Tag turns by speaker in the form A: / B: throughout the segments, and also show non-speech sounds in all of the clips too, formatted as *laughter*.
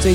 A: 最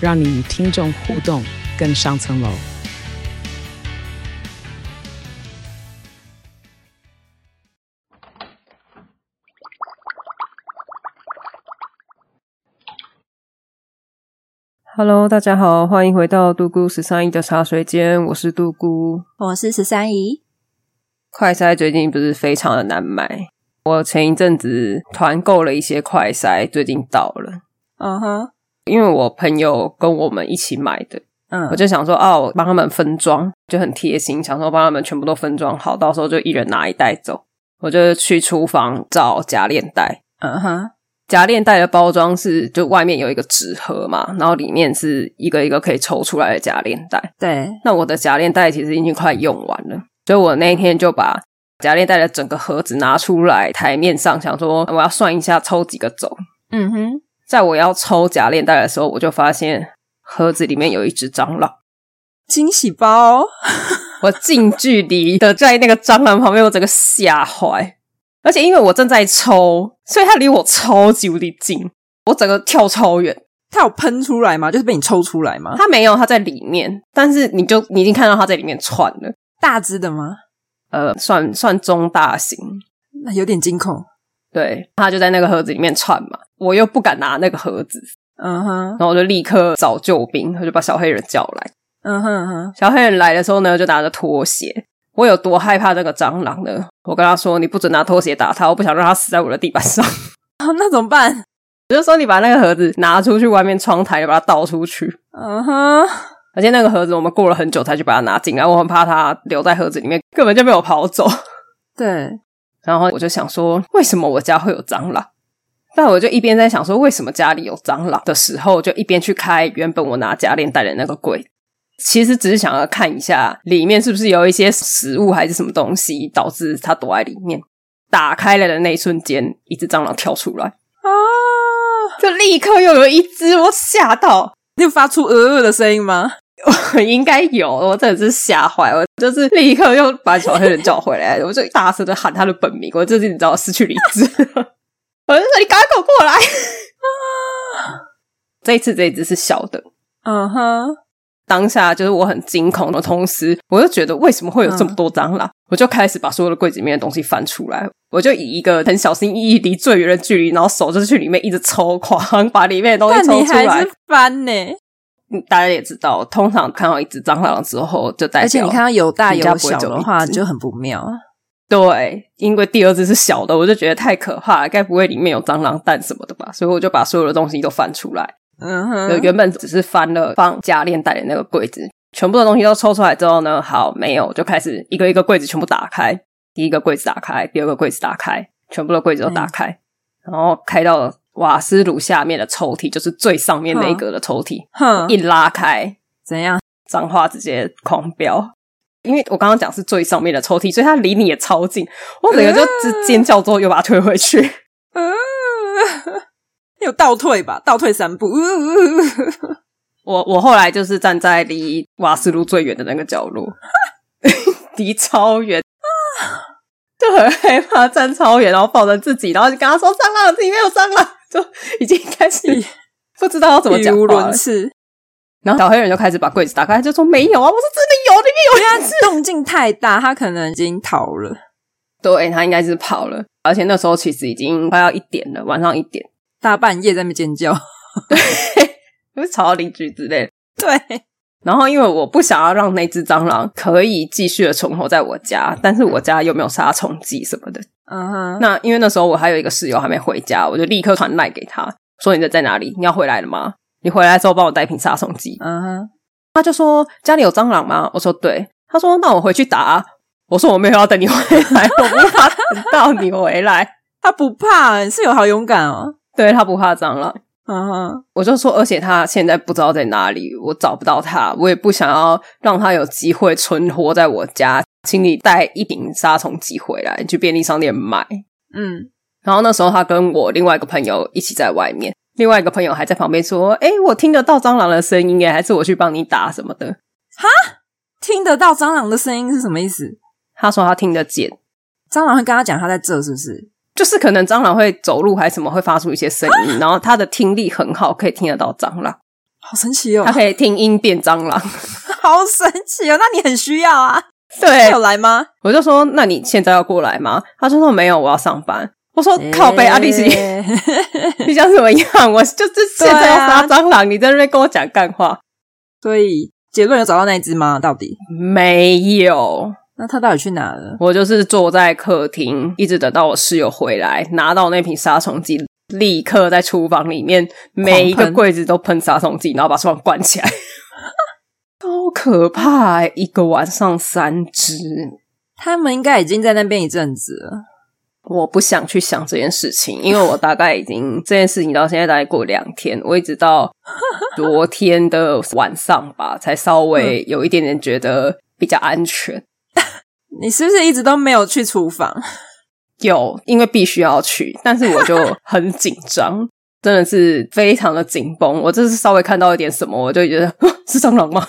A: 让你与听众互动更上层楼。
B: Hello，大家好，欢迎回到杜姑十三姨的茶水间，我是杜姑。
C: 我是十三姨，
B: 快筛最近不是非常的难买，我前一阵子团购了一些快筛，最近到了，
C: 嗯哼，
B: 因为我朋友跟我们一起买的，
C: 嗯
B: 我就想说，哦，我帮他们分装，就很贴心，想说帮他们全部都分装好，到时候就一人拿一袋走。我就去厨房找夹链袋，
C: 嗯哼，
B: 夹链袋的包装是就外面有一个纸盒嘛，然后里面是一个一个可以抽出来的夹链袋。
C: 对，
B: 那我的夹链袋其实已经快用完了，所以我那一天就把夹链袋的整个盒子拿出来台面上，想说我要算一下抽几个走。
C: 嗯哼，
B: 在我要抽夹链袋的时候，我就发现盒子里面有一只蟑螂。
C: 惊喜包，
B: 我近距离的在那个蟑螂旁边，我整个吓坏。而且因为我正在抽，所以它离我超级无敌近，我整个跳超远。
C: 它有喷出来吗？就是被你抽出来吗？
B: 它没有，它在里面，但是你就你已经看到它在里面窜了。
C: 大只的吗？
B: 呃，算算中大型，
C: 那有点惊恐，
B: 对，他就在那个盒子里面串嘛，我又不敢拿那个盒子，
C: 嗯哼，
B: 然后我就立刻找救兵，我就把小黑人叫来。
C: 嗯哼嗯哼，
B: 小黑人来的时候呢，就拿着拖鞋。我有多害怕那个蟑螂呢？我跟他说：“你不准拿拖鞋打它，我不想让它死在我的地板上。” *laughs*
C: 啊那怎么办？
B: 我就说：“你把那个盒子拿出去外面窗台，把它倒出去。
C: 嗯哼，”
B: 而且那个盒子我们过了很久才去把它拿进来，我很怕它留在盒子里面，根本就没有跑走。
C: 对，
B: 然后我就想说，为什么我家会有蟑螂？但我就一边在想说，为什么家里有蟑螂的时候，就一边去开原本我拿夹链带的那个柜。其实只是想要看一下里面是不是有一些食物还是什么东西导致它躲在里面。打开来的那一瞬间，一只蟑螂跳出来，
C: 啊，
B: 就立刻又有一只，我吓到。
C: 你有发出呃呃的声音吗？
B: 我 *laughs* 应该有，我真的是吓坏，我就是立刻又把小黑人叫回来，我就大声的喊他的本名，我就是你知道失去理智， *laughs* 我就说你赶快给我过来。 *laughs* 这一次这一只是小的，
C: 嗯哼，
B: 当下就是我很惊恐的同时，我就觉得为什么会有这么
C: 嗯
B: 多蟑螂？我就开始把所有的柜子里面的东西翻出来，我就以一个很小心翼翼离最远的距离，然后手就去里面一直抽狂，把里面的东
C: 但
B: 西抽
C: 你
B: 出
C: 还
B: 来
C: 是。翻呢，
B: 嗯大家也知道，通常看到一只蟑螂之后，就代表
C: 而且你看到有大
B: 你家
C: 有
B: 不会
C: 小
B: 只有
C: 的
B: 一
C: 话
B: 只
C: 就很不妙，
B: 对，因为第二只是小的，我就觉得太可怕了，该不会里面有蟑螂蛋什么的吧？所以我就把所有的东西都翻出来。
C: 嗯
B: 就
C: 哼，
B: 原本只是翻了放夹链袋的那个柜子，全部的东西都抽出来之后呢，好，没有，就开始一个一个柜子全部打开，第一个柜子打开，第二个柜子打开，全部的柜子都打开，然后开到瓦斯炉下面的抽屉，就是最上面那一格的抽屉，
C: 哼，
B: 一拉开，
C: 怎样？
B: 脏话直接狂飙。因为我刚刚讲是最上面的抽屉，所以它离你也超近，我整个就只尖叫之后又把它推回去。
C: *laughs* 嗯，有倒退吧？倒退三步，呃呜呜呜
B: *laughs* 我我后来就是站在离瓦斯炉最远的那个角落， *laughs* 离超远，就很害怕站超远，然后抱着自己，然后就跟他说蟑螂，里面有蟑螂， *laughs* 就已经开 *laughs* 始不知道要怎么
C: 语
B: 讲
C: 无
B: 话
C: 伦
B: 了。
C: 次。
B: 然后小黑人就开始把柜子打开，就说没有啊，我说真的有，里面有
C: 因为它 *laughs* 动静太大，它可能已经逃了。
B: 对他应该是跑了，而且那时候其实已经快要一点了，晚上一点，
C: 大半夜在那边尖叫，
B: 因为吵到邻居之类的。
C: 对，
B: 然后因为我不想要让那只蟑螂可以继续的存活在我家，但是我家又没有杀虫剂什么的，
C: 嗯哼，
B: 那因为那时候我还有一个室友还没回家，我就立刻传赖给他，说你人在哪里？你要回来了吗？你回来之后帮我带一瓶杀虫剂。
C: 嗯哼，
B: 他就说家里有蟑螂吗？我说对。他说那我回去打啊。我说我没有要等你回来，我不怕等到你回来。
C: 他不怕，室友好勇敢哦。
B: 对他不怕蟑螂，
C: 嗯哼，
B: 我就说，而且他现在不知道在哪里，我找不到他，我也不想要让他有机会存活在我家，请你带一瓶杀虫剂回来，去便利商店买。
C: 嗯，
B: 然后那时候他跟我另外一个朋友一起在外面，另外一个朋友还在旁边说：“诶，我听得到蟑螂的声音耶，还是我去帮你打什么的
C: 听得到蟑螂的声音是什么意思？？”
B: 他说他听得见，
C: 蟑螂会跟他讲他在这，是不是？
B: 就是可能蟑螂会走路还什么会发出一些声音，然后他的听力很好，可以听得到蟑螂，
C: 好神奇哦
B: 他，可以听音辨蟑螂。
C: *laughs*
B: *laughs*
C: 好神奇哦！那你很需要啊，
B: 对
C: 他有，来吗？
B: 我就说那你现在要过来吗？他就说没有，我要上班。我说靠北，
C: 欸
B: 阿丽丝，你 *laughs* 你想怎么样？我就是现在要杀蟑螂，你在那边跟我讲干话？
C: *laughs* 所以结论有找到那一只吗？到底？
B: 没有，
C: 那他到底去哪了？
B: 我就是坐在客厅，一直等到我室友回来，拿到那瓶杀虫剂，立刻在厨房里面每一个
C: 狂喷
B: 柜子都喷杀虫剂，然后把厨房关起来。 *laughs* 好可怕、欸！一个晚上三只，
C: 他们应该已经在那边一阵子了。
B: 我不想去想这件事情，因为我大概已经 *laughs* 这件事情到现在大概过两天，我一直到昨天的晚上吧，才稍微有一点点觉得比较安全。
C: 你是不是一直都没有去厨房？
B: 有，因为必须要去，但是我就很紧张， *laughs* 真的是非常的紧绷。我这是稍微看到一点什么，我就觉得 *laughs* 呵是蟑螂吗？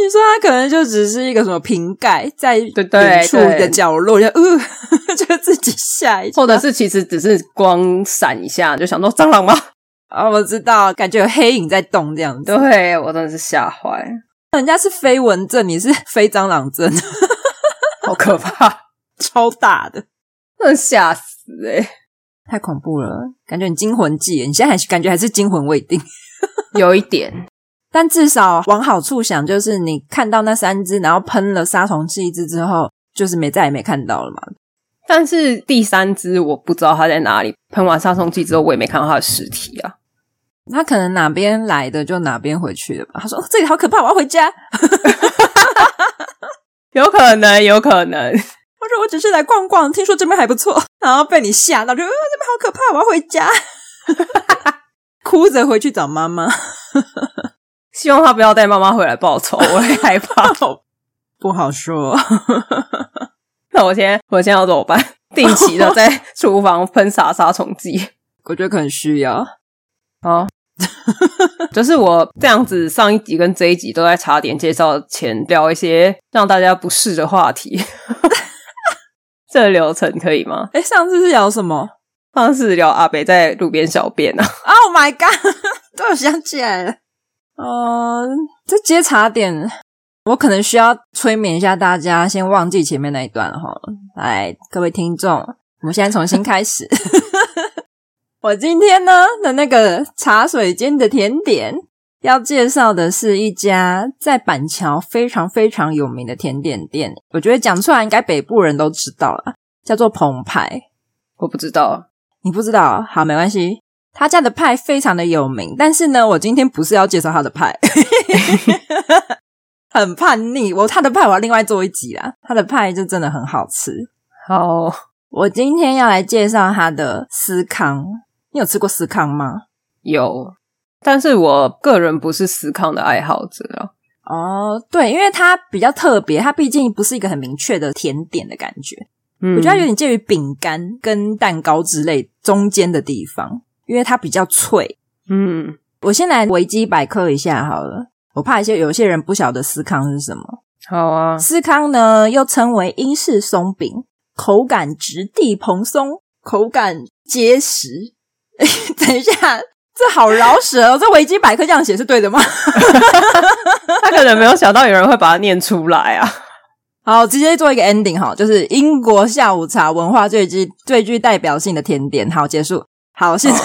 C: 你说他可能就只是一个什么瓶盖在
B: 对对
C: 远处
B: 对
C: 一个角落，就呃， *laughs* 就自己吓一跳。
B: 或者是其实只是光闪一下，就想说蟑螂吗？
C: 哦，我知道，感觉有黑影在动这样子。
B: 对我真的是吓坏，
C: 人家是飞蚊症，你是飞蟑螂症， *laughs*
B: 好可怕， *laughs*
C: 超大的，
B: 真的吓死哎、
C: 太恐怖了，感觉你惊魂记耶，你现在还是感觉还是惊魂未定。 *laughs*
B: 有一点。
C: 但至少往好处想，就是你看到那三只，然后喷了杀虫剂一只之后，就是没再也没看到了嘛。
B: 但是第三只我不知道它在哪里。喷完杀虫剂之后，我也没看到它的尸体啊。
C: 他可能哪边来的就哪边回去了吧。他说、哦这里好可怕，我要回家。
B: *laughs* 有可能，有可能， *laughs*
C: 我说我只是来逛逛，听说这边还不错，然后被你吓到，就、呃、这边好可怕，我要回家，哭着回去找妈妈，
B: 希望它不要带妈妈回来报仇，我会害 *laughs* 怕。
C: 不好说。
B: 那我现在，我现在要怎么 *laughs* 办？定期的在厨房喷洒杀虫剂。
C: 我觉得可能需要，
B: *laughs* 哦， *laughs* 就是我这样子，上一集跟这一集都在茶点介绍前聊一些让大家不适的话 *laughs* 题。这个流程可以吗？
C: 哎，上次是聊什么
B: 上次聊阿北在路边小便啊，
C: *laughs* ？Oh my god！对，我想起来了。嗯、这接茶点，我可能需要催眠一下大家，先忘记前面那一段哈。来，各位听众，我们现在重新开始。 *laughs* 我今天呢的那个茶水间的甜点，要介绍的是一家在板桥非常非常有名的甜点店。我觉得讲出来应该北部人都知道了，叫做澎湃。
B: 我不知道。
C: 你不知道，好，没关系。他家的派非常的有名，但是呢，我今天不是要介绍他的派， *laughs* 很叛逆。我他的派我要另外做一集啦，他的派就真的很好吃。
B: 好，
C: 我今天要来介绍他的司康，你有吃过司康吗？
B: 有，但是我个人不是思康的爱好者啊。
C: 哦，对，因为它比较特别，它毕竟不是一个很明确的甜点的感觉，
B: 嗯
C: 我觉得它有点介于饼干跟蛋糕之类中间的地方，因为它比较脆，
B: 嗯，
C: 我先来维基百科一下好了，我怕一些有些人不晓得司康是什么。
B: 好啊，
C: 司康呢，又称为英式松饼，口感质地蓬松，口感结实。 *laughs* 等一下，这好饶舌、哦，这维基百科这样写是对的吗？ *laughs*
B: 他可能没有想到有人会把它念出来啊。
C: 好，直接做一个 ending 哈，就是英国下午茶文化最具最具代表性的甜点。好，结束。好，现在、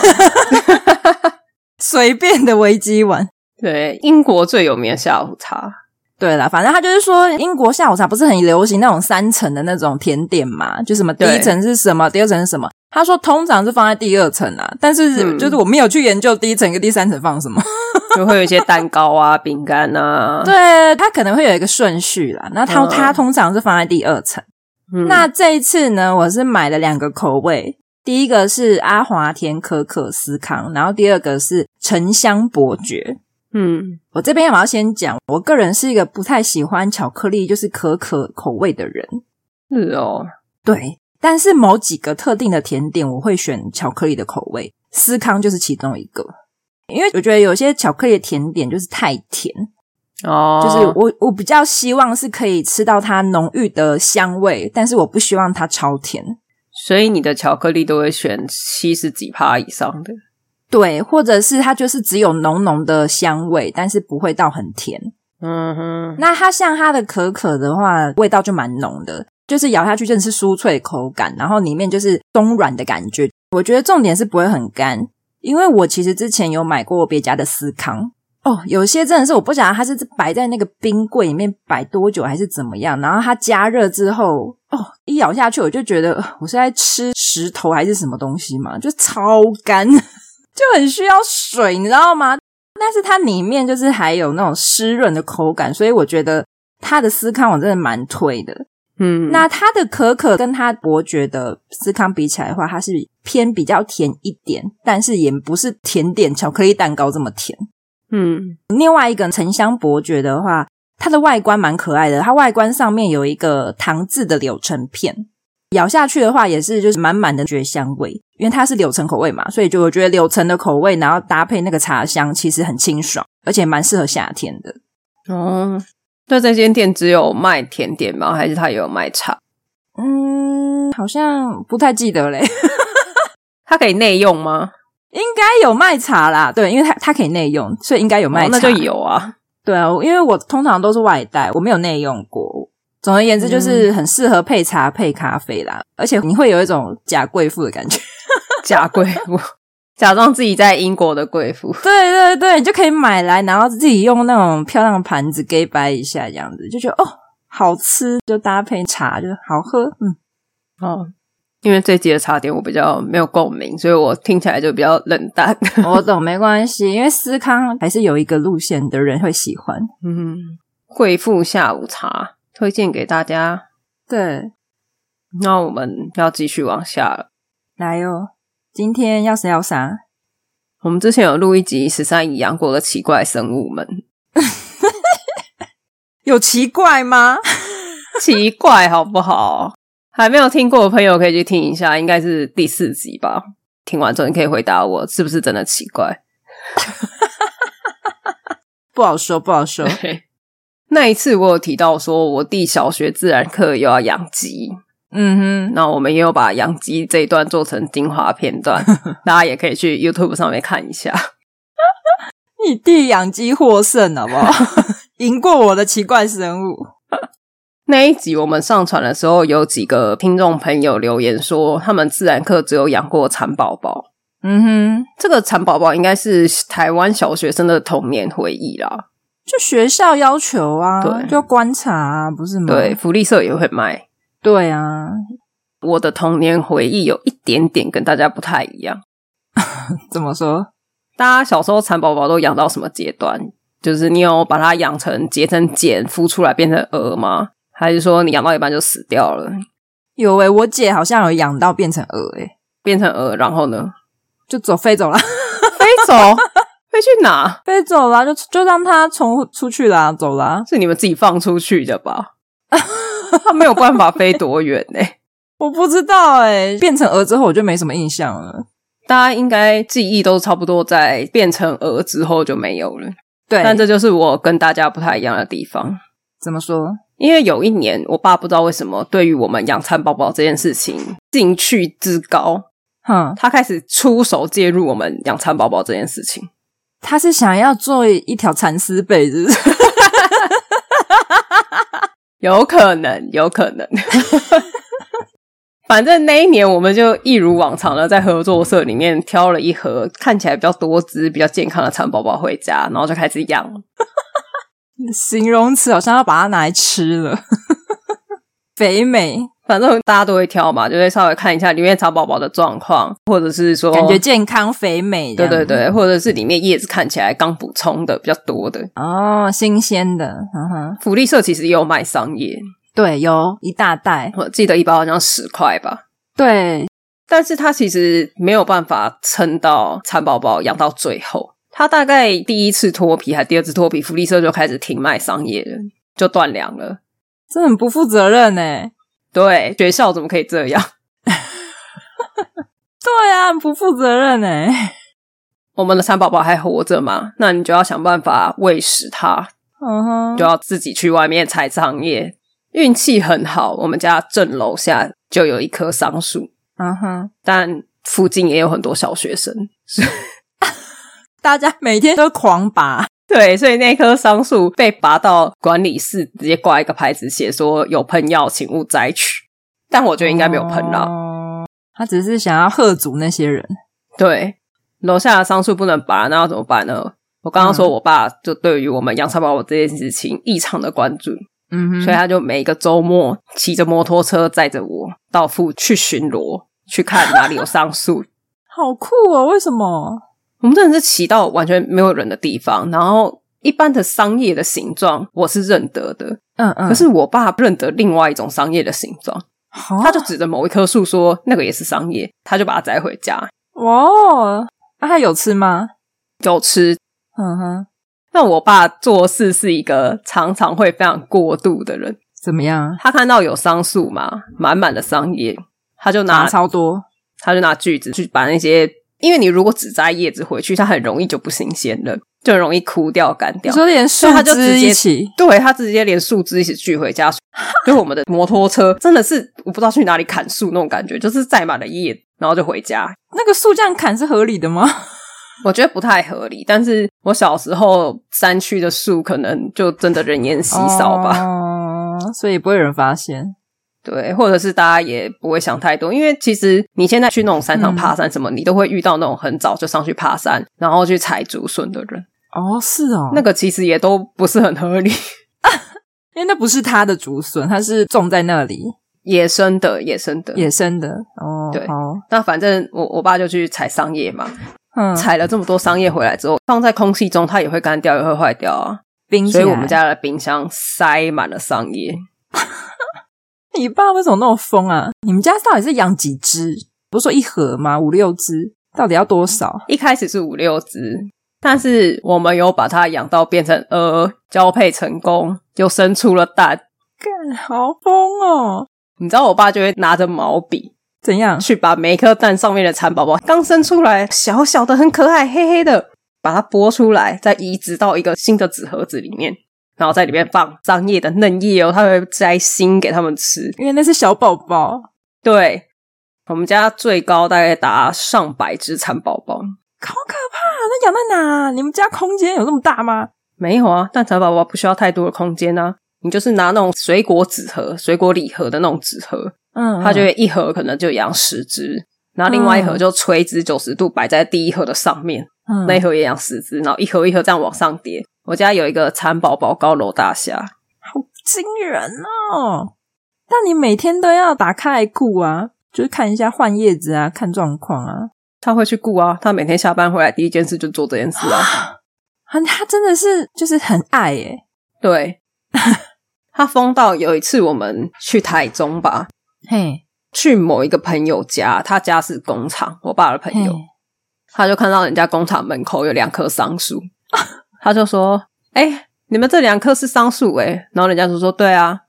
C: *laughs* 随便的维基完。
B: *laughs* 对，英国最有名的下午茶，
C: 对啦，反正他就是说，英国下午茶不是很流行那种三层的那种甜点嘛？就什么第
B: 对
C: 一层是什么，第二层是什么？他说通常是放在第二层啦，但是
B: 嗯
C: 就是我没有去研究第一层跟第三层放什么。
B: *laughs* 就会有一些蛋糕 *laughs* 啊、饼干啊。
C: 对，它可能会有一个顺序啦。那它
B: 嗯
C: 它通常是放在第二层。
B: 嗯
C: 那这一次呢，我是买了两个口味，第一个是阿华田可可思康，然后第二个是沉香伯爵。
B: 嗯
C: 我这边我要先讲，我个人是一个不太喜欢巧克力，就是可可口味的人。
B: 是哦，
C: 对，但是某几个特定的甜点，我会选巧克力的口味，司康就是其中一个。因为我觉得有些巧克力的甜点就是太甜，
B: 哦，
C: 就是我我比较希望是可以吃到它浓郁的香味，但是我不希望它超甜。
B: 所以你的巧克力都会选七十几趴以上的，
C: 对，或者是它就是只有浓浓的香味，但是不会到很甜。
B: 嗯哼，
C: 那它像它的可可的话，味道就蛮浓的，就是咬下去真的是酥脆口感，然后里面就是松软的感觉。我觉得重点是不会很干，因为我其实之前有买过别家的司康。哦，有些真的是我不晓得它是摆在那个冰柜里面摆多久还是怎么样，然后它加热之后，哦，一咬下去我就觉得呃我是在吃石头还是什么东西嘛，就超干， *laughs* 就很需要水，你知道吗？但是它里面就是还有那种湿润的口感，所以我觉得它的司康我真的蛮推的。
B: 嗯，
C: 那它的可可跟它伯爵的司康比起来的话，它是偏比较甜一点，但是也不是甜点巧克力蛋糕这么甜。
B: 嗯
C: 另外一个沉香伯爵的话，它的外观蛮可爱的，它外观上面有一个糖渍的柳橙片，咬下去的话也是就是满满的绝香味，因为它是柳橙口味嘛，所以就我觉得柳橙的口味，然后搭配那个茶香，其实很清爽，而且蛮适合夏天的。
B: 哦，那这间店只有卖甜点吗？还是它也有卖茶？
C: 嗯，好像不太记得嘞， *laughs*
B: 它可以内用吗？
C: 应该有卖茶啦，对，因为它它可以内用，所以应该有卖
B: 哦
C: 茶，
B: 那就有啊。
C: 对啊，因为我通常都是外带，我没有内用过。总而言之，就是很适合配茶配咖啡啦，而且你会有一种假贵妇的感觉。 *laughs*
B: 假贵妇，假装自己在英国的贵妇。
C: 对对对，你就可以买来，然后自己用那种漂亮的盘子给摆一下，这样子就觉得哦，好吃，就搭配茶就好喝。嗯，
B: 哦，因为这集的茶点我比较没有共鸣，所以我听起来就比较冷淡。
C: *laughs* 我懂，没关系，因为思康还是有一个路线的人会喜欢。
B: 嗯，贵妇下午茶推荐给大家。
C: 对，
B: 那我们要继续往下了。
C: 来哟、今天要谁要啥？
B: 我们之前有录一集十三姨养过的奇怪生物们， *laughs*
C: 有奇怪吗？
B: 奇怪好不好？还没有听过的朋友可以去听一下，应该是第四集吧。听完之后你可以回答我是不是真的奇怪。
C: *laughs* 不好说，不好说。
B: 对，那一次我有提到说，我弟小学自然课又要养鸡，
C: *laughs* 嗯哼，
B: 那我们也有把养鸡这一段做成精华片段，大家也可以去 YouTube 上面看一下。
C: 你弟养鸡获胜，好不 *laughs* 好？赢过我的奇怪生物。
B: 那一集我们上传的时候，有几个听众朋友留言说，他们自然课只有养过蚕宝宝。
C: 嗯哼，
B: 这个蚕宝宝应该是台湾小学生的童年回忆啦。
C: 就学校要求啊，
B: 对
C: 就观察啊，不是吗？
B: 对，福利社也会卖。
C: 对啊，
B: 我的童年回忆有一点点跟大家不太一样。
C: 怎么说？
B: 大家小时候蚕宝宝都养到什么阶段？就是你有把它养成结成茧孵出来变成蛾吗？还是说你养到一半就死掉了，
C: 有诶、我姐好像有养到变成鹅诶、
B: 变成蛾，然后呢
C: 就走飞走啦，
B: *laughs*
C: *laughs*
B: 飞走？ *laughs* 飞去哪？
C: 飞走啦，就就让它从出去啦，走啦。
B: 是你们自己放出去的吧？它没有办法飞多远欸呢、
C: 我不知道诶、变成鹅之后我就没什么印象了。
B: 大家应该记忆都差不多，在变成蛾之后就没有了。
C: 对，
B: 但这就是我跟大家不太一样的地方。
C: 怎么说？
B: 因为有一年，我爸不知道为什么对于我们养蚕宝宝这件事情兴趣之高，
C: 哼，
B: 他开始出手介入我们养蚕宝宝这件事情。
C: 他是想要做一条蚕丝被，是不是？
B: 有可能，有可能。 *laughs* 反正那一年，我们就一如往常的在合作社里面挑了一盒看起来比较多汁、比较健康的蚕宝宝回家，然后就开始养。
C: 形容词好像要把它拿来吃了。 *laughs* 肥美，
B: 反正大家都会挑嘛，就会稍微看一下里面蚕宝宝的状况，或者是说
C: 感觉健康嗯肥美，
B: 哦对对，对，或者是里面叶子看起来刚补充的比较多的。
C: 哦，新鲜的，嗯哼，
B: 福利社其实也有卖桑叶，
C: 对，有一大袋，
B: 我记得一包好像十块吧。
C: 对，
B: 但是它其实没有办法撑到蚕宝宝养到最后。它大概第一次脱皮，还第二次脱皮，福利社就开始停卖商业了，就断粮了。
C: 这很不负责任呢、欸
B: 对，学校怎么可以这样？
C: 对啊，很不负责任呢、欸
B: 我们的蚕宝宝还活着嘛？那你就要想办法喂食它，
C: 嗯哼，
B: 就要自己去外面采桑叶。运气很好，我们家正楼下就有一棵桑树，
C: 嗯哼，
B: 但附近也有很多小学生。
C: 大家每天都狂拔，
B: *laughs* 对，所以那棵桑树被拔到管理室，直接挂一个牌子，写说有喷药，请勿摘取。但我觉得应该没有喷啦。
C: 哦他只是想要喝阻那些人。
B: 对，楼下的桑树不能拔，那要怎么办呢？我刚刚说，
C: 嗯
B: 我爸就对于我们养蚕宝宝这件事情异常的关注，
C: 嗯哼，
B: 所以他就每个周末骑着摩托车载着我到处去巡逻，去看哪里有桑树。 *laughs*
C: 好酷哦！为什么？
B: 我们真的是骑到完全没有人的地方，然后一般的桑叶的形状我是认得的，
C: 嗯嗯，
B: 可是我爸认得另外一种桑叶的形状，
C: 他
B: 他就指着某一棵树说那个也是桑叶，他就把它摘回家，
C: 哇哦，那、他有吃吗？
B: 有吃。
C: 嗯哼，
B: 那我爸做事是一个常常会非常过度的人，
C: 怎么样？
B: 他看到有桑树嘛，满满的桑叶，他就拿
C: 拿超多，
B: 他就拿锯子去把那些，因为你如果只摘叶子回去，它很容易就不新鲜了，就很容易枯掉、干
C: 你
B: 掉。
C: 说连树
B: 所以他就
C: 枝
B: 直接
C: 一起，
B: 对他直接连树枝一起锯回家， *laughs* 所以我们的摩托车真的是我不知道去哪里砍树那种感觉，就是载满了叶，然后就回家，
C: 那个树这样砍是合理的吗？ *laughs*
B: 我觉得不太合理，但是我小时候山区的树可能就真的人烟稀少吧，
C: 哦，所以不会有人发现。
B: 对，或者是大家也不会想太多，因为其实你现在去那种山
C: 嗯
B: 上爬山什么，你都会遇到那种很早就上去爬山，然后去采竹笋的人，
C: 哦，是哦，
B: 那个其实也都不是很合理， *laughs*
C: 因为那不是他的竹笋，他是种在那里
B: 野生的野生的。
C: 野生的。哦，
B: 对
C: 好，
B: 那反正我我爸就去采桑叶嘛，
C: 嗯，
B: 采了这么多桑叶回来之后，放在空气中它也会干掉，也会坏掉啊，
C: 冰起
B: 所
C: 来。
B: 以我们家的冰箱塞满了桑叶。
C: 你爸为什么那么疯啊？你们家到底是养几只？不是说一盒吗？五六只，到底要多少？
B: 一开始是五六只，但是我们有把它养到变成呃交配成功，又生出了蛋。
C: 干， *laughs* 好疯哦！
B: 你知道，我爸就会拿着毛笔
C: 怎样？
B: 去把每一颗蛋上面的蚕宝宝刚生出来，小小的很可爱，黑黑的，把它剥出来，再移植到一个新的纸盒子里面，然后在里面放桑叶的嫩叶哦，他会摘心给他们吃。
C: 因为那是小宝宝，
B: 对我们家最高大概达上百只蚕宝宝，
C: 好可怕！那养在哪？你们家空间有这么大吗？
B: 没有啊，蛋蚕宝宝不需要太多的空间啊。你就是拿那种水果纸盒、水果礼盒的那种纸盒，
C: 嗯
B: 它就会一盒可能就养十只，然后另外一盒就垂直九十度摆在第一盒的上面，
C: 嗯
B: 那一盒也养十只，然后一盒一盒这样往上叠。我家有一个蚕宝宝高楼大厦，
C: 惊人哦！但你每天都要打开来顾啊，就是看一下换叶子啊，看状况啊。
B: 他会去顾啊，他每天下班回来第一件事就做这件事啊。
C: *laughs* 啊，他真的是就是很爱耶，
B: 对， *laughs* 他疯到有一次我们去台中吧，
C: 嘿，
B: 去某一个朋友家，他家是工厂，我爸的朋友
C: 嘿，
B: 他就看到人家工厂门口有两棵桑树，他就说：“哎、你们这两棵是桑树哎、然后人家就说：“对啊。”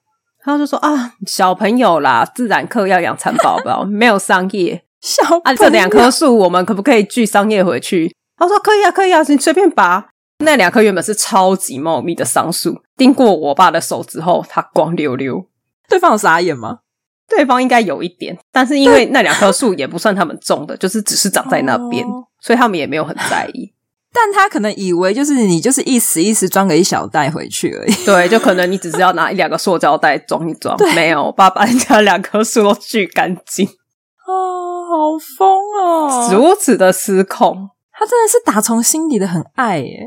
B: 他就说：“啊，小朋友啦，自然课要养蚕宝宝，没有桑叶
C: 小朋友
B: 啊。这两棵树我们可不可以锯桑叶回去？”他说：“可以啊，可以啊，你随便拔。”那两棵原本是超级茂密的桑树，经过我爸的手之后，它光溜溜。
C: *laughs* 对方有傻眼吗？
B: 对方应该有一点，但是因为那两棵树也不算他们种的，就是只是长在那边，
C: 哦
B: 所以他们也没有很在意。
C: 但他可能以为就是你就是一时一时装个一小袋回去 *laughs* 而已，
B: 对，就可能你只是要拿一两个塑胶袋装一装，没有，我爸把人家两棵树都锯干净，
C: 哦，好疯哦
B: 如此的失控。
C: 他真的是打从心底的很爱耶，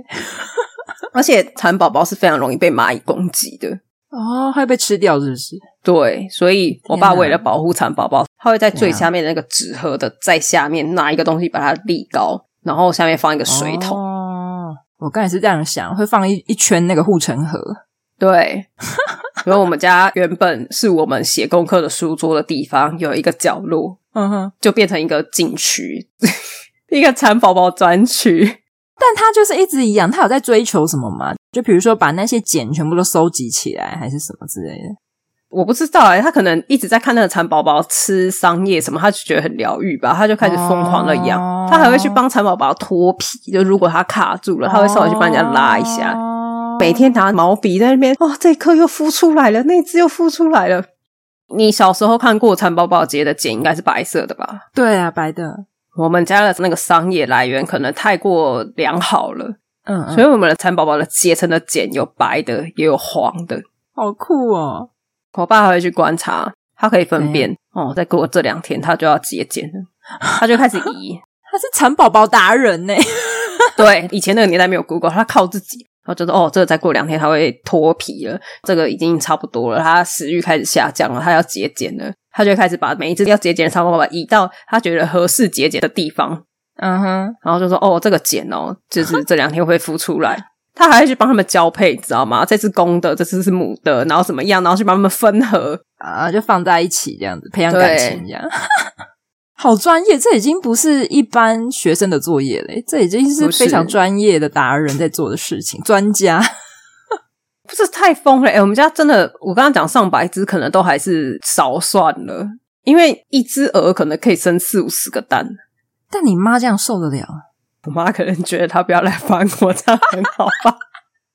B: 而且蚕宝宝是非常容易被蚂蚁攻击的，
C: 哦，会被吃掉是不是？
B: 对，所以我爸
C: 天哪
B: 为了保护蚕宝宝，他会在最
C: 对啊
B: 下面的那个纸盒的再下面拿一个东西把它立高，然后下面放一个水桶，
C: 哦，我刚才是这样想，会放一一圈那个护城河，
B: 对，因为我们家原本是我们写功课的书桌的地方有一个角落，
C: 嗯哼，
B: 就变成一个禁区， *laughs* 一个蚕宝宝专区。
C: 但他就是一直一样，他有在追求什么吗？就比如说把那些茧全部都收集起来，还是什么之类的？
B: 我不知道哎、他可能一直在看那个蚕宝宝吃桑叶什么，他就觉得很疗愈吧，他就开始疯狂的养。
C: 哦
B: 他还会去帮蚕宝宝脱皮，就如果它卡住了，他会稍微去帮人家拉一下。
C: 哦
B: 每天拿毛笔在那边，哦，这一颗又孵出来了，那一只又孵出来了。你小时候看过蚕宝宝节的茧应该是白色的吧？
C: 对啊，白的，
B: 我们家的那个桑叶来源可能太过良好了，
C: 嗯嗯
B: 所以我们的蚕宝宝的结成的茧有白的，也有黄的。
C: 好酷哦！
B: 我爸还会去观察，他可以分辨、哦。再过这两天，他就要结茧了，他就开始移。 *laughs*
C: 他是蚕宝宝达人呢，
B: 对，以前那个年代没有 Google，他靠自己。然后就说哦，这个再过两天它会脱皮了，这个已经差不多了，它食欲开始下降了，它要节俭了，他就会开始把每一只要节俭的蚕宝宝移到他觉得合适节俭的地方，
C: 嗯哼，
B: 然后就说哦，这个茧哦，就是这两天会孵出来。他还会去帮他们交配，你知道吗？这只公的，这只是母的，然后怎么样，然后去把它们分合。
C: *laughs* 啊，就放在一起这样子，培养
B: 对
C: 感情这样， *laughs* 好专业！这已经不是一般学生的作业嘞，这已经是
B: 不是
C: 非常专业的达人在做的事情，专家。 *laughs*
B: 不是太疯了，哎、我们家真的，我刚刚讲上百只，可能都还是少算了，因为一只鹅可能可以生四五十个蛋。
C: 但你妈这样受得了？
B: 我妈可能觉得她不要来烦我，这样很好吧。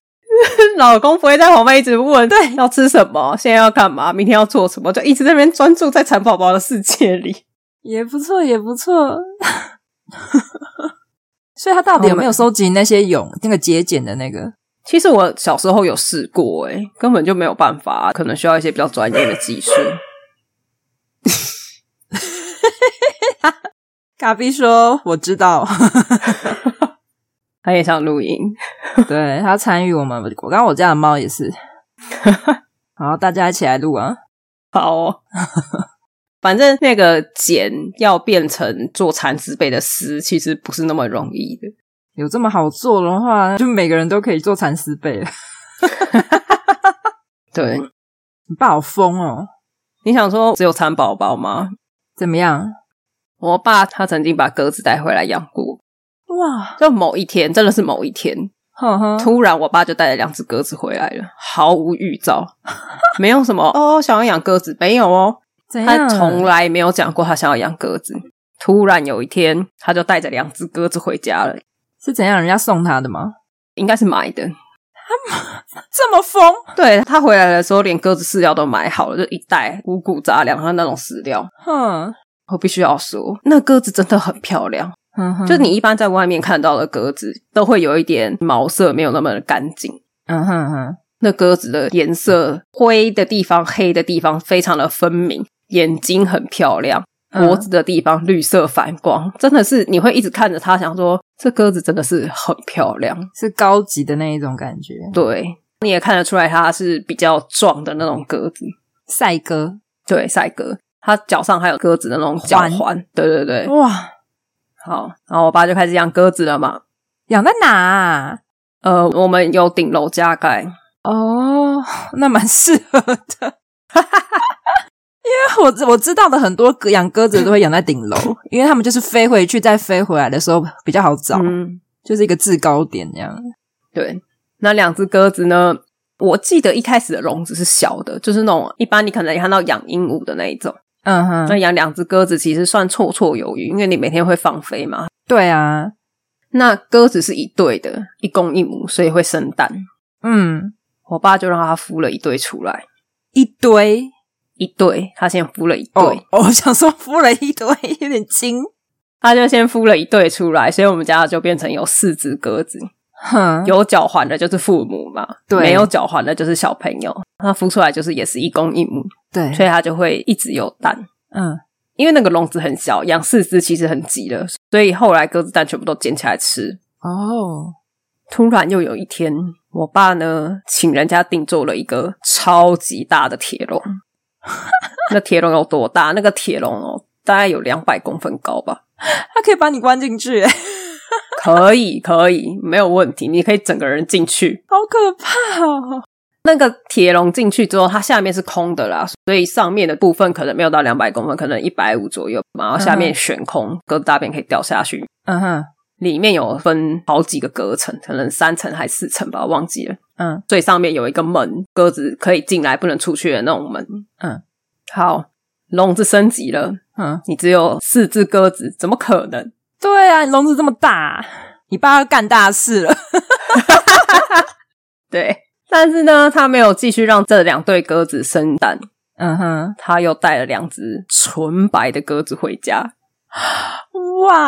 B: *laughs* 老公不会在旁边一直问，对，要吃什么，现在要干嘛，明天要做什么，就一直在那边专注在蚕宝宝的世界里。
C: 也不错，也不错。 *laughs* 所以他到底有没有收集那些蛹那个节俭的那个？
B: 其实我小时候有试过、欸，根本就没有办法，可能需要一些比较专业的技术。
C: 嘎比说：“我知道， *laughs*
B: 他也想录音， *laughs*
C: 对他参与我们，我刚刚我家的猫也是。 *laughs* 好，大家一起来录啊！
B: 好、哦， *laughs* 反正那个茧要变成做蚕丝被的丝，其实不是那么容易的。
C: 有这么好做的话，就每个人都可以做蚕丝被了。
B: 对，
C: 你爸好疯哦！
B: 你想说只有蚕宝宝吗？
C: 怎么样？
B: 我爸他曾经把鸽子带回来养过，
C: 哇，
B: 就某一天，真的是某一天，
C: 呵呵，
B: 突然我爸就带了两只鸽子回来了，毫无预兆，没有什么哦，想要养鸽子没有哦，
C: 怎
B: 他
C: 样？
B: 从来没有讲过他想要养鸽子。突然有一天，他就带着两只鸽子回家了，
C: 是怎样？人家送他的吗？
B: 应该是买的，
C: 这么疯？
B: 对他回来的时候，连鸽子饲料都买好了，就一袋五谷杂粮和那种饲料。
C: 哼，
B: 我必须要说，那鸽子真的很漂亮。
C: 哼哼
B: 就你一般在外面看到的鸽子，都会有一点毛色没有那么的干净。
C: 嗯哼哼，
B: 那鸽子的颜色，灰的地方、黑的地方非常的分明，眼睛很漂亮，
C: 嗯
B: 脖子的地方绿色反光，真的是你会一直看着它，想说这鸽子真的是很漂亮。
C: 是高级的那一种感觉，
B: 对，你也看得出来它是比较壮的那种鸽子。
C: 赛鸽。
B: 对，赛鸽，它脚上还有鸽子的那种脚
C: 环
B: 环。对对对，
C: *laughs* 哇，
B: 好，然后我爸就开始养鸽子了嘛。
C: 养在哪、啊？
B: 呃，我们有顶楼加盖，
C: 哦， *laughs* 那蛮适合的。 *laughs* 因为我我知道的很多鸽养鸽子都会养在顶楼，因为他们就是飞回去再飞回来的时候比较好找，
B: 嗯，
C: 就是一个制高点这样。
B: 对。那两只鸽子呢？我记得一开始的笼子是小的，就是那种一般你可能看到养鹦鹉的那一种。
C: 嗯哼，
B: 那养两只鸽子其实算绰绰有余，因为你每天会放飞嘛。
C: 对啊，
B: 那鸽子是一对的，一公一母，所以会生蛋。
C: 嗯，
B: 我爸就让它孵了一对出来，
C: 一堆
B: 一对，他先孵了一对，
C: 哦， *laughs* 哦我想说敷了一堆， *laughs* 有点轻。
B: 他就先孵了一对出来，所以我们家就变成有四只鸽子，
C: 哼，
B: 有脚环的就是父母嘛，
C: 嗯对
B: 没有脚环的就是小朋友，它孵出来就是也是一公一母，
C: 对，
B: 所以它就会一直有蛋。
C: 嗯，
B: 因为那个笼子很小，养四只其实很急的，所以后来鸽子蛋全部都捡起来吃。
C: 哦，
B: 突然又有一天，我爸呢请人家定做了一个超级大的铁笼， *laughs* 那铁笼有多大？那个铁笼哦，大概有两百公分高吧。
C: 他可以把你关进去， *laughs* 哎
B: 可以，可以，没有问题，你可以整个人进去。
C: 好可怕哦！
B: 那个铁笼进去之后，它下面是空的啦，所以上面的部分可能没有到两百公分，可能一百五左右，然后下面悬空，鸽子大便可以掉下去。
C: 嗯哼，
B: 里面有分好几个隔层，可能三层还四层吧，我忘记了。
C: 嗯
B: 最上面有一个门，鸽子可以进来不能出去的那种门。
C: 嗯，
B: 好，笼子升级了，
C: 嗯，
B: 你只有四只鸽子，怎么可能？
C: 对啊，你笼子这么大，你爸要干大事了。
B: 对，但是呢，他没有继续让这两对鸽子生蛋，
C: 嗯哼，
B: 他又带了两只纯白的鸽子回家，
C: 哇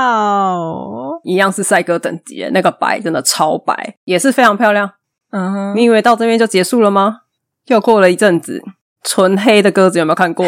C: 哦，
B: 一样是赛鸽等级的，那个白真的超白，也是非常漂亮。
C: 嗯哼，
B: 你以为到这边就结束了吗？又过了一阵子，纯黑的鸽子有没有看
C: *laughs*
B: 过？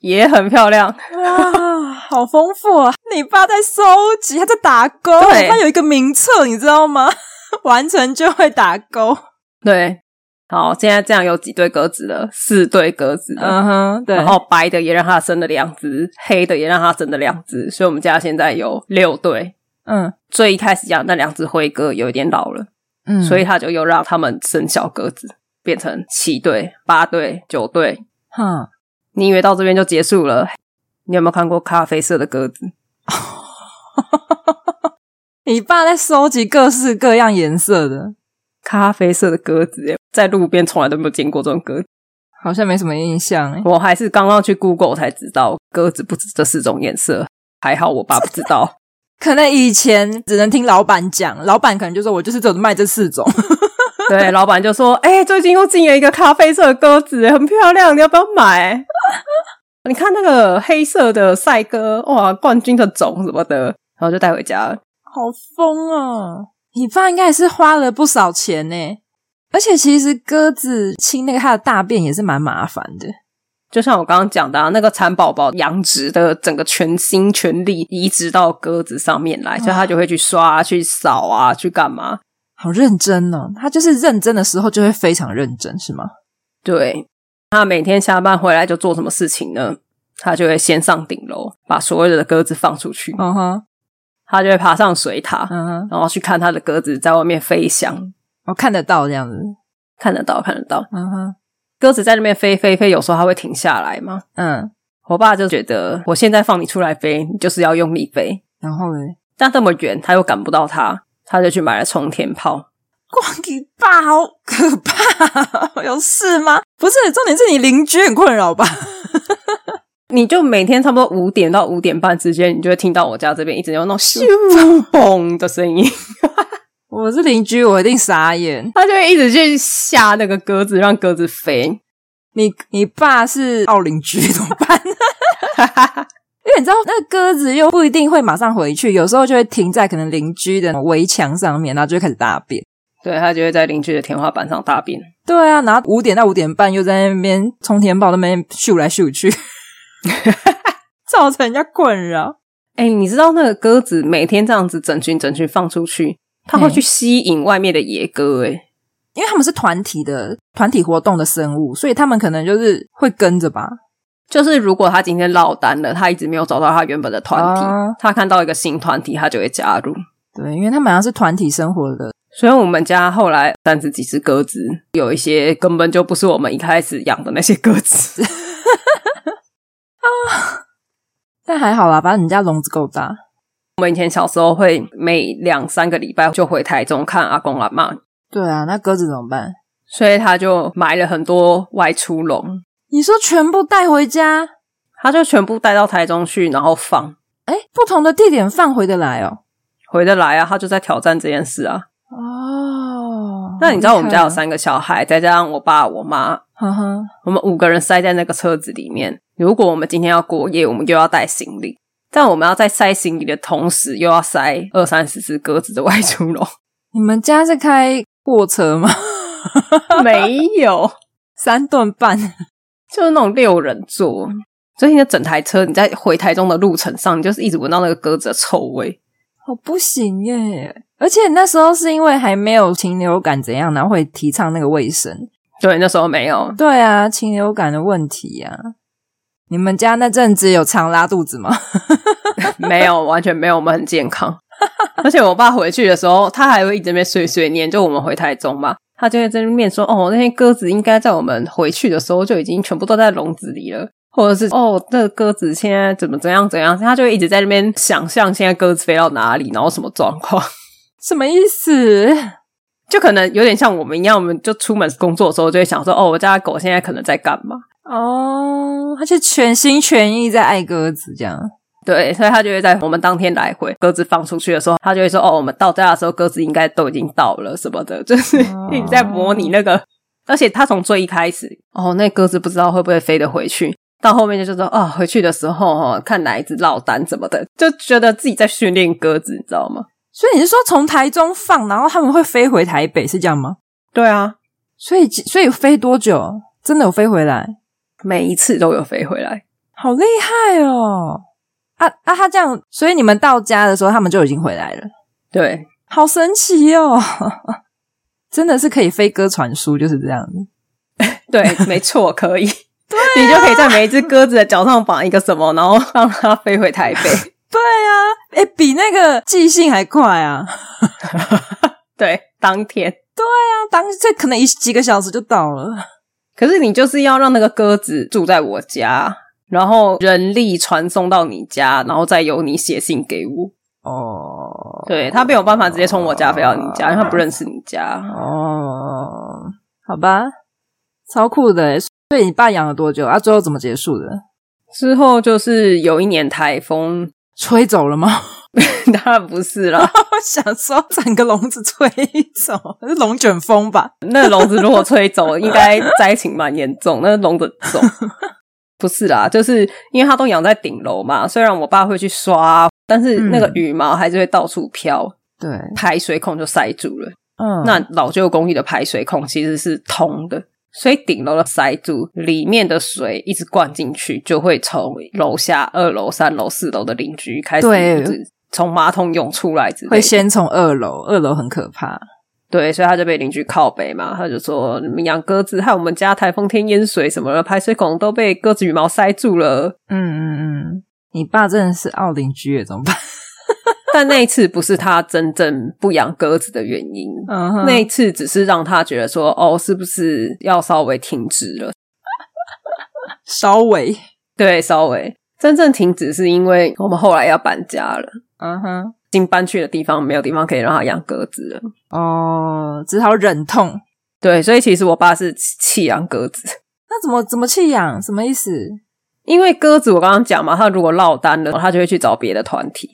B: 也很漂亮，
C: *laughs* 哇，好丰富啊！你爸在收集，他在打勾，
B: 对
C: 他有一个名册，你知道吗？ *laughs* 完成就会打勾。
B: 对。好，现在这样有几对鸽子了？四对鸽子了。
C: 哼，嗯对
B: 然后白的也让它生了两只，黑的也让它生了两只，所以我们家现在有六对。
C: 嗯
B: 最一开始养那两只灰鸽有一点老了，
C: 嗯
B: 所以他就又让他们生小鸽子，变成七对、八对、九对。
C: 哼，
B: 你以为到这边就结束了？你有没有看过咖啡色的鸽子？
C: 你爸在收集各式各样颜色的，
B: 咖啡色的鸽子耶，在路边从来都没有见过这种鸽子。
C: 好像没什么印象哎。
B: 我还是刚刚去 Google 才知道，鸽子不止这四种颜色。还好我爸不知道。
C: 可能以前只能听老板讲，老板可能就说我就是只有卖这四种。
B: 对，老板就说：“哎、最近又进了一个咖啡色的鸽子，很漂亮，你要不要买？”你看那个黑色的赛鸽，哇，冠军的种什么的，然后就带回家了。
C: 好疯哦！你爸应该也是花了不少钱呢。而且其实鸽子清那个它的大便也是蛮麻烦的。
B: 就像我刚刚讲的、啊，那个蚕宝宝养殖的整个全心全力移植到鸽子上面来，所以它就会去刷、去扫啊、去干嘛。
C: 好认真哦，他就是认真的时候就会非常认真，是吗？
B: 对，他每天下班回来就做什么事情呢？他就会先上顶楼，把所有的鸽子放出去，
C: 嗯哼，
B: 他就会爬上水塔，
C: 嗯哼，
B: 然后去看他的鸽子在外面飞翔，
C: 我哦看得到这样子。
B: 看得到，看得到。
C: 嗯哼，
B: 鸽子在那边飞飞飞，有时候它会停下来嘛。
C: 嗯，
B: 我爸就觉得，我现在放你出来飞，你就是要用力飞。
C: 然后嘞，
B: 但这么远，他又赶不到它，他就去买了冲天炮。
C: 哇，你爸好可怕， *laughs* 有事吗？不是，重点是你邻居很困扰吧？
B: 你就每天差不多五点到五点半之间，你就会听到我家这边一直有那种咻嘣的声音，
C: 我是邻居，我一定傻眼。
B: 他就会一直去吓那个鸽子，让鸽子飞。
C: 你你爸是奥邻居怎么办？ *laughs* 因为你知道，那鸽子又不一定会马上回去，有时候就会停在可能邻居的围墙上面，然后就会开始大便。
B: 对，他就会在邻居的天花板上大便。
C: 对啊，然后五点到五点半又在那边冲天炮那边咻来咻去，造成人家困扰。
B: 哎、你知道那个鸽子每天这样子整群整群放出去，它会去吸引外面的野鸽、欸。哎，
C: 因为他们是团体的团体活动的生物，所以他们可能就是会跟着吧。
B: 就是如果它今天落单了，它一直没有找到它原本的团体
C: 啊，
B: 它、看到一个新团体，它就会加入。
C: 对，因为他们好像是团体生活的。
B: 所以我们家后来三十几只鸽子，有一些根本就不是我们一开始养的那些鸽子。 *laughs*
C: 但还好啦，反正人家笼子够大。
B: 我们以前小时候会每两三个礼拜就回台中看阿公阿妈，
C: 对啊，那鸽子怎么办？
B: 所以他就买了很多外出笼，
C: 你说全部带回家？
B: 他就全部带到台中去，然后放
C: 哎，不同的地点放回得来哦。
B: 回得来啊，他就在挑战这件事啊。
C: 哦
B: 那你知道我们家有，三个小孩，再加上我爸、我妈，
C: 呵呵，
B: 我们五个人塞在那个车子里面。如果我们今天要过夜，我们又要带行李，但我们要在塞行李的同时，又要塞二三十只鸽子的外出笼。 *laughs*
C: 你们家是开货车吗？ *laughs*
B: 没有，
C: 三顿半，
B: *laughs* 就是那种六人座，所以你的整台车，你在回台中的路程上，你就是一直闻到那个鸽子的臭味。
C: 好哦不行耶！而且那时候是因为还没有禽流感怎样，然后会提倡那个卫生。
B: 对，那时候没有，
C: 对啊，禽流感的问题呀、啊。你们家那阵子有常拉肚子吗？ *laughs*
B: *laughs* 没有，完全没有，我们很 *laughs* 健康。而且我爸回去的时候，他还会一直在那边碎碎念，就我们回台中嘛，他就会在那面说：“哦，那些鸽子应该在我们回去的时候就已经全部都在笼子里了。”或者是哦，这个鸽子现在怎么怎样怎样，他就会一直在那边想象现在鸽子飞到哪里，然后什么状况，
C: 什么意思？
B: 就可能有点像我们一样，我们就出门工作的时候就会想说，哦，我家的狗现在可能在干嘛？
C: 哦，他就全心全意在爱鸽子这样。
B: 对，所以他就会在我们当天来回鸽子放出去的时候，他就会说：“哦，我们到家的时候鸽子应该都已经到了什么的。”就是
C: 哦
B: 一直在模拟那个，而且他从最一开始，哦，那鸽子不知道会不会飞得回去，到后面就是说，啊、回去的时候哦，看哪一只落单什么的，就觉得自己在训练鸽子，你知道吗？
C: 所以你是说从台中放，然后他们会飞回台北是这样吗？
B: 对啊，
C: 所以几所以飞多久？真的有飞回来？
B: 每一次都有飞回来。
C: 好厉害哦！啊啊，他这样，所以你们到家的时候，他们就已经回来了，
B: 对，
C: 好神奇哦！ *laughs* 真的是可以飞鸽传书，就是这样子。
B: 对，没错，可 *laughs* 以。你就可以在每一只鸽子的脚上绑一个什么，然后让它飞回台北。 *laughs*
C: 对啊，哎，比那个寄信还快啊！
B: 对，当天。
C: 那当这可能一几个小时就到了。
B: 可是你就是要让那个鸽子住在我家，然后人力传送到你家，然后再由你写信给我。
C: 哦
B: 对他没有办法直接从我家飞到你家，因为他不认识你家。
C: 哦，好吧，超酷的耶。所以你爸养了多久啊？最后怎么结束的？
B: 之后就是有一年台风， *laughs*
C: 吹走了吗？ *laughs*
B: 当然不是啦，
C: 我想说，整个笼子吹走，是龙卷风吧？
B: 那笼子如果吹走，应该灾情蛮严重，那笼子走。 *laughs* 不是啦，就是因为它都养在顶楼嘛，虽然我爸会去刷，但是那个
C: 嗯
B: 羽毛还是会到处飘，
C: 对，
B: 排水孔就塞住了。
C: 嗯
B: 那老旧公寓的排水孔其实是通的，所以顶楼的塞住，里面的水一直灌进去，就会从楼下二楼、三楼、四楼的邻居开始
C: 对
B: 一直从马桶涌出来之类的
C: 会先从二楼，二楼很可怕。
B: 对，所以他就被邻居靠北嘛，他就说你们养鸽子害我们家台风天淹水什么的，排水孔都被鸽子羽毛塞住了。 *laughs*
C: 嗯嗯嗯，你爸真的是奥邻居耶，怎么办？
B: 但那一次不是他真正不养鸽子的原因，
C: 嗯哼
B: 那一次只是让他觉得说，哦，是不是要稍微停止了？
C: 稍微，
B: 对，稍微真正停止是因为我们后来要搬家了，
C: 嗯哼，
B: 新搬去的地方没有地方可以让它养鸽子了。
C: 哦，只好忍痛。
B: 对，所以其实我爸是弃养鸽子，
C: 那怎么怎么弃养？什么意思？
B: 因为鸽子我刚刚讲嘛，它如果落单了，它就会去找别的团体，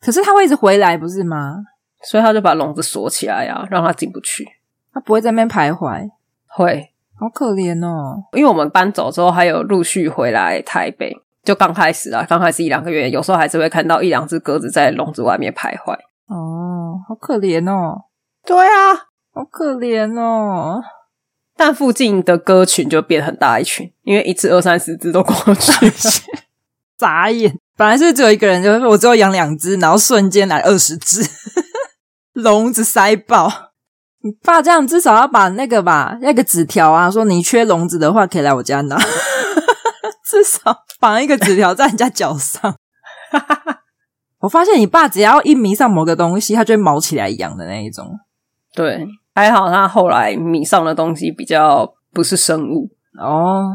C: 可是他会一直回来，不是吗？
B: 所以他就把笼子锁起来啊，让它进不去。
C: 他不会在那边徘徊，
B: 会，
C: 好可怜哦。
B: 因为我们搬走之后，还有陆续回来台北，就刚开始啊，刚开始一两个月，有时候还是会看到一两只鸽子在笼子外面徘徊。
C: 哦，好可怜哦，
B: 对啊，
C: 好可怜哦。
B: 但附近的鸽群就变很大一群，因为一次二三十只都过去。
C: 眨眼，本来是只有一个人，就是我只有养两只，然后瞬间来二十只，笼子塞爆。你爸这样至少要把那个吧，那个纸条啊，说你缺笼子的话，可以来我家拿， *laughs* 至少绑一个纸条在人家脚上。我发现你爸只要一迷上某个东西，他就会毛起来养的那一种。
B: 对，还好他后来迷上的东西比较不是生物，
C: 哦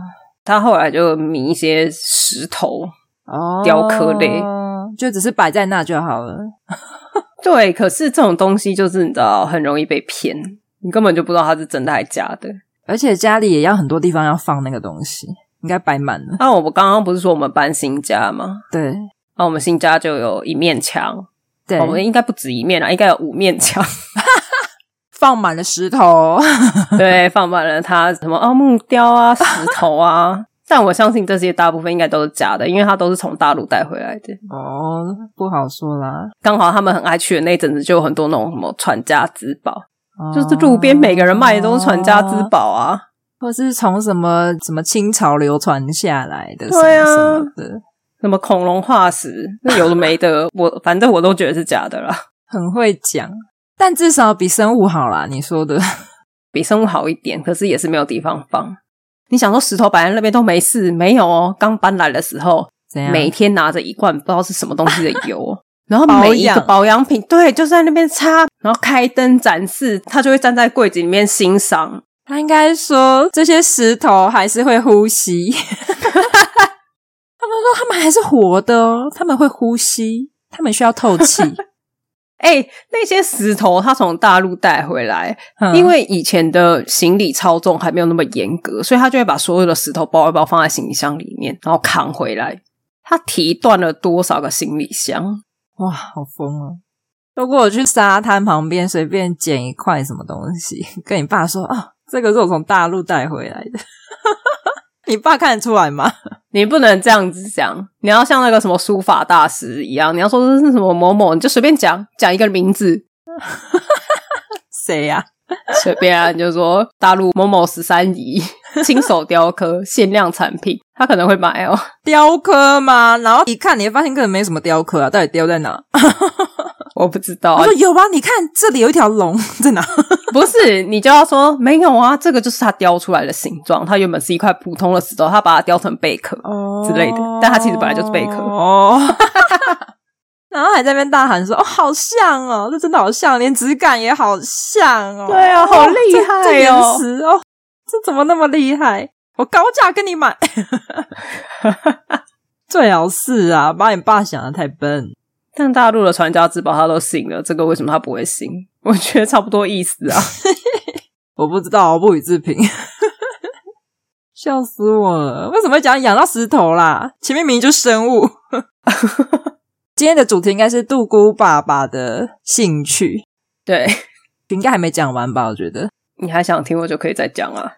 B: 他后来就迷一些石头。
C: 哦，
B: 雕刻类，
C: 就只是摆在那就好了。
B: 对，可是这种东西就是你知道，很容易被骗，你根本就不知道它是真的还假的。
C: 而且家里也要很多地方要放那个东西，应该摆满了。
B: 那、我刚刚不是说我们搬新家吗？
C: 对
B: 那、我们新家就有一面墙，哦
C: 对，
B: 我们应该不止一面啊啦，应该有五面墙。
C: 放满了石头。
B: *laughs* 对，放满了它什么哦木雕啊、石头 *laughs* 啊，但我相信这些大部分应该都是假的，因为它都是从大陆带回来的。
C: 哦，不好说啦，
B: 刚好他们很爱去的那一阵子，就有很多那种什么传家之宝，
C: 哦
B: 就是路边每个人卖的都是传家之，宝啊。
C: 或是从什么什么清朝流传下来的，
B: 对啊
C: 什么什么的，
B: 什么恐龙化石，那有的没 *laughs* 的，我反正我都觉得是假的啦，
C: 很会讲。但至少比生物好啦，你说的 *laughs*
B: 比生物好一点，可是也是没有地方放。你想说石头摆在那边都没事，没有哦。刚搬来的时候，
C: 怎样？
B: 每天拿着一罐不知道是什么东西的油， *laughs* 然后每一
C: 保
B: 个
C: 养
B: 保养品，对，就在那边擦，然后开灯展示，他就会站在柜子里面欣赏。
C: 他应该说这些石头还是会呼
B: *laughs*
C: 吸。他们说他们还是活的哦，他们会呼吸，他们需要透气。
B: *laughs* 哎、那些石头他从大陆带回来，
C: 嗯
B: 因为以前的行李超重还没有那么严格，所以他就会把所有的石头包一包放在行李箱里面，然后扛回来。他提断了多少个行李箱？
C: 哇，好疯哦！如果我去沙滩旁边随便捡一块什么东西， *laughs* 跟你爸说哦，这个是我从大陆带回来的， *laughs* 你爸看得出来吗？
B: 你不能这样子讲，你要像那个什么书法大师一样，你要说这是什么某某，你就随便讲讲一个名字， *laughs*
C: 谁呀、
B: 随便啊，你就说大陆某某十三姨亲手雕刻限量产品，他可能会买哦。
C: 雕刻吗？然后一看，你会发现根本没什么雕刻啊，到底雕在哪？
B: 哦我不知道
C: 我，说有吧，啊你看这里有一条龙 *laughs* 在哪？
B: *laughs* 不是你就要说没有啊，这个就是他雕出来的形状，它原本是一块普通的石头，他把它雕成贝壳。
C: 哦
B: 之类的但它其实本来就是贝壳
C: 哦。 *laughs* 然后还在那边大喊说：“哦，好像哦，这真的好像，连质感也好像哦。”
B: 对啊好厉害哦
C: 这这岩石哦，这怎么那么厉害？我高价跟你买， *laughs* 最好是啊，把你爸想的太笨。
B: 但大陆的传家之宝他都信了，这个为什么他不会信？我觉得差不多意 *laughs* 思啊。
C: 我不知道，我不予置评。 *laughs* 笑死我了！为什么会讲养到石头啦？前面明明就是生物。 *laughs* 今天的主题应该是杜姑爸爸的兴趣，
B: 对，
C: 应该还没讲完吧？我觉得，
B: 你还想听，我就可以再讲啊。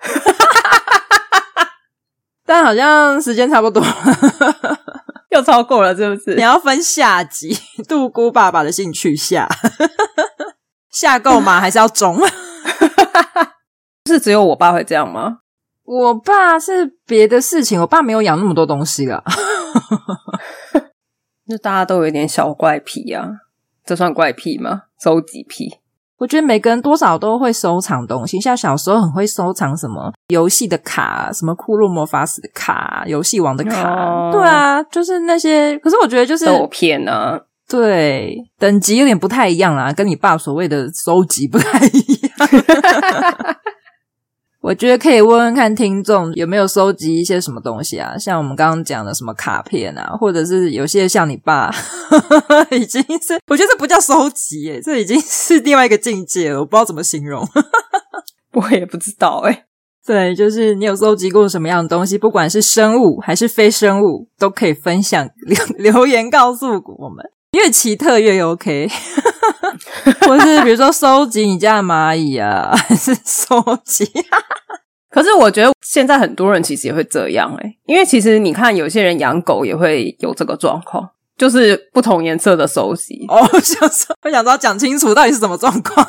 C: 但好像时间差不多，
B: 又超过了，是不是
C: 你？要分下集杜姑爸爸的兴趣下 *laughs* 下够吗？还是要中？ *laughs*
B: 是只有我爸会这样吗？
C: 我爸是别的事情，我爸没有养那么多东西啦。 *laughs*
B: 就大家都有一点小怪癖啊，这算怪癖吗？收集癖？
C: 我觉得每个人多少都会收藏东西，像小时候很会收藏什么游戏的卡，什么库洛魔法使的卡、游戏王的卡，
B: 哦
C: 对啊，就是那些。可是我觉得就是
B: 豆片啊？ *laughs*
C: 对等级有点不太一样啦，跟你爸所谓的收集不太一样。 *laughs* 我觉得可以问问看听众有没有收集一些什么东西啊，像我们刚刚讲的什么卡片啊，或者是有些像你爸已经是，我觉得这不叫收集耶，这已经是另外一个境界了，我不知道怎么形容。
B: 我也不知道哎、
C: 对，就是你有搜集过什么样的东西，不管是生物还是非生物，都可以分享留留 *laughs* 言告诉我们，越奇特越 OK。或是比如说收集你家的蚂蚁啊，还是收集啊
B: 可是我觉得现在很多人其实也会这样哎、因为其实你看有些人养狗也会有这个状况，就是不同颜色的收集，
C: 哦，我想说，我想说要讲清楚到底是什么状况。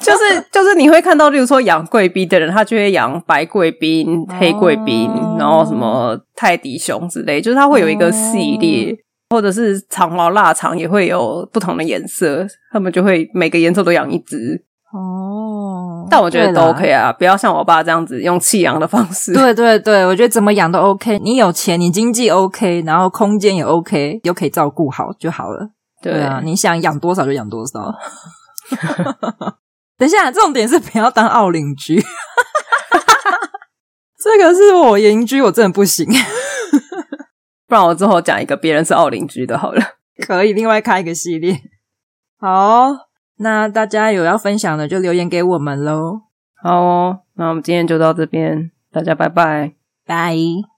B: 就是就是你会看到，例如说养贵宾的人，他就会养白贵宾、黑贵宾，
C: 哦
B: 然后什么泰迪熊之类，就是它会有一个系
C: 哦
B: 列，或者是长毛腊肠也会有不同的颜色，他们就会每个颜色都养一只。
C: 哦
B: 但我觉得都 OK
C: 啊。
B: 啊，不要像我爸这样子用弃养的方式。
C: 对对对，我觉得怎么养都 OK，你有钱，你经济 OK，然后空间也 OK，又可以照顾好就好了。
B: 对
C: 啊，你想养多少就养多少。 *laughs* 等一下，重点是不要当奥邻居。 *laughs* 这个是我邻居，我真的不行。 *laughs*
B: 不然我之后讲一个别人是奥邻居的好了。
C: 可以另外开一个系列。好，那大家有要分享的就留言给我们喽，
B: 好哦，那我们今天就到这边，大家拜拜。
C: 拜。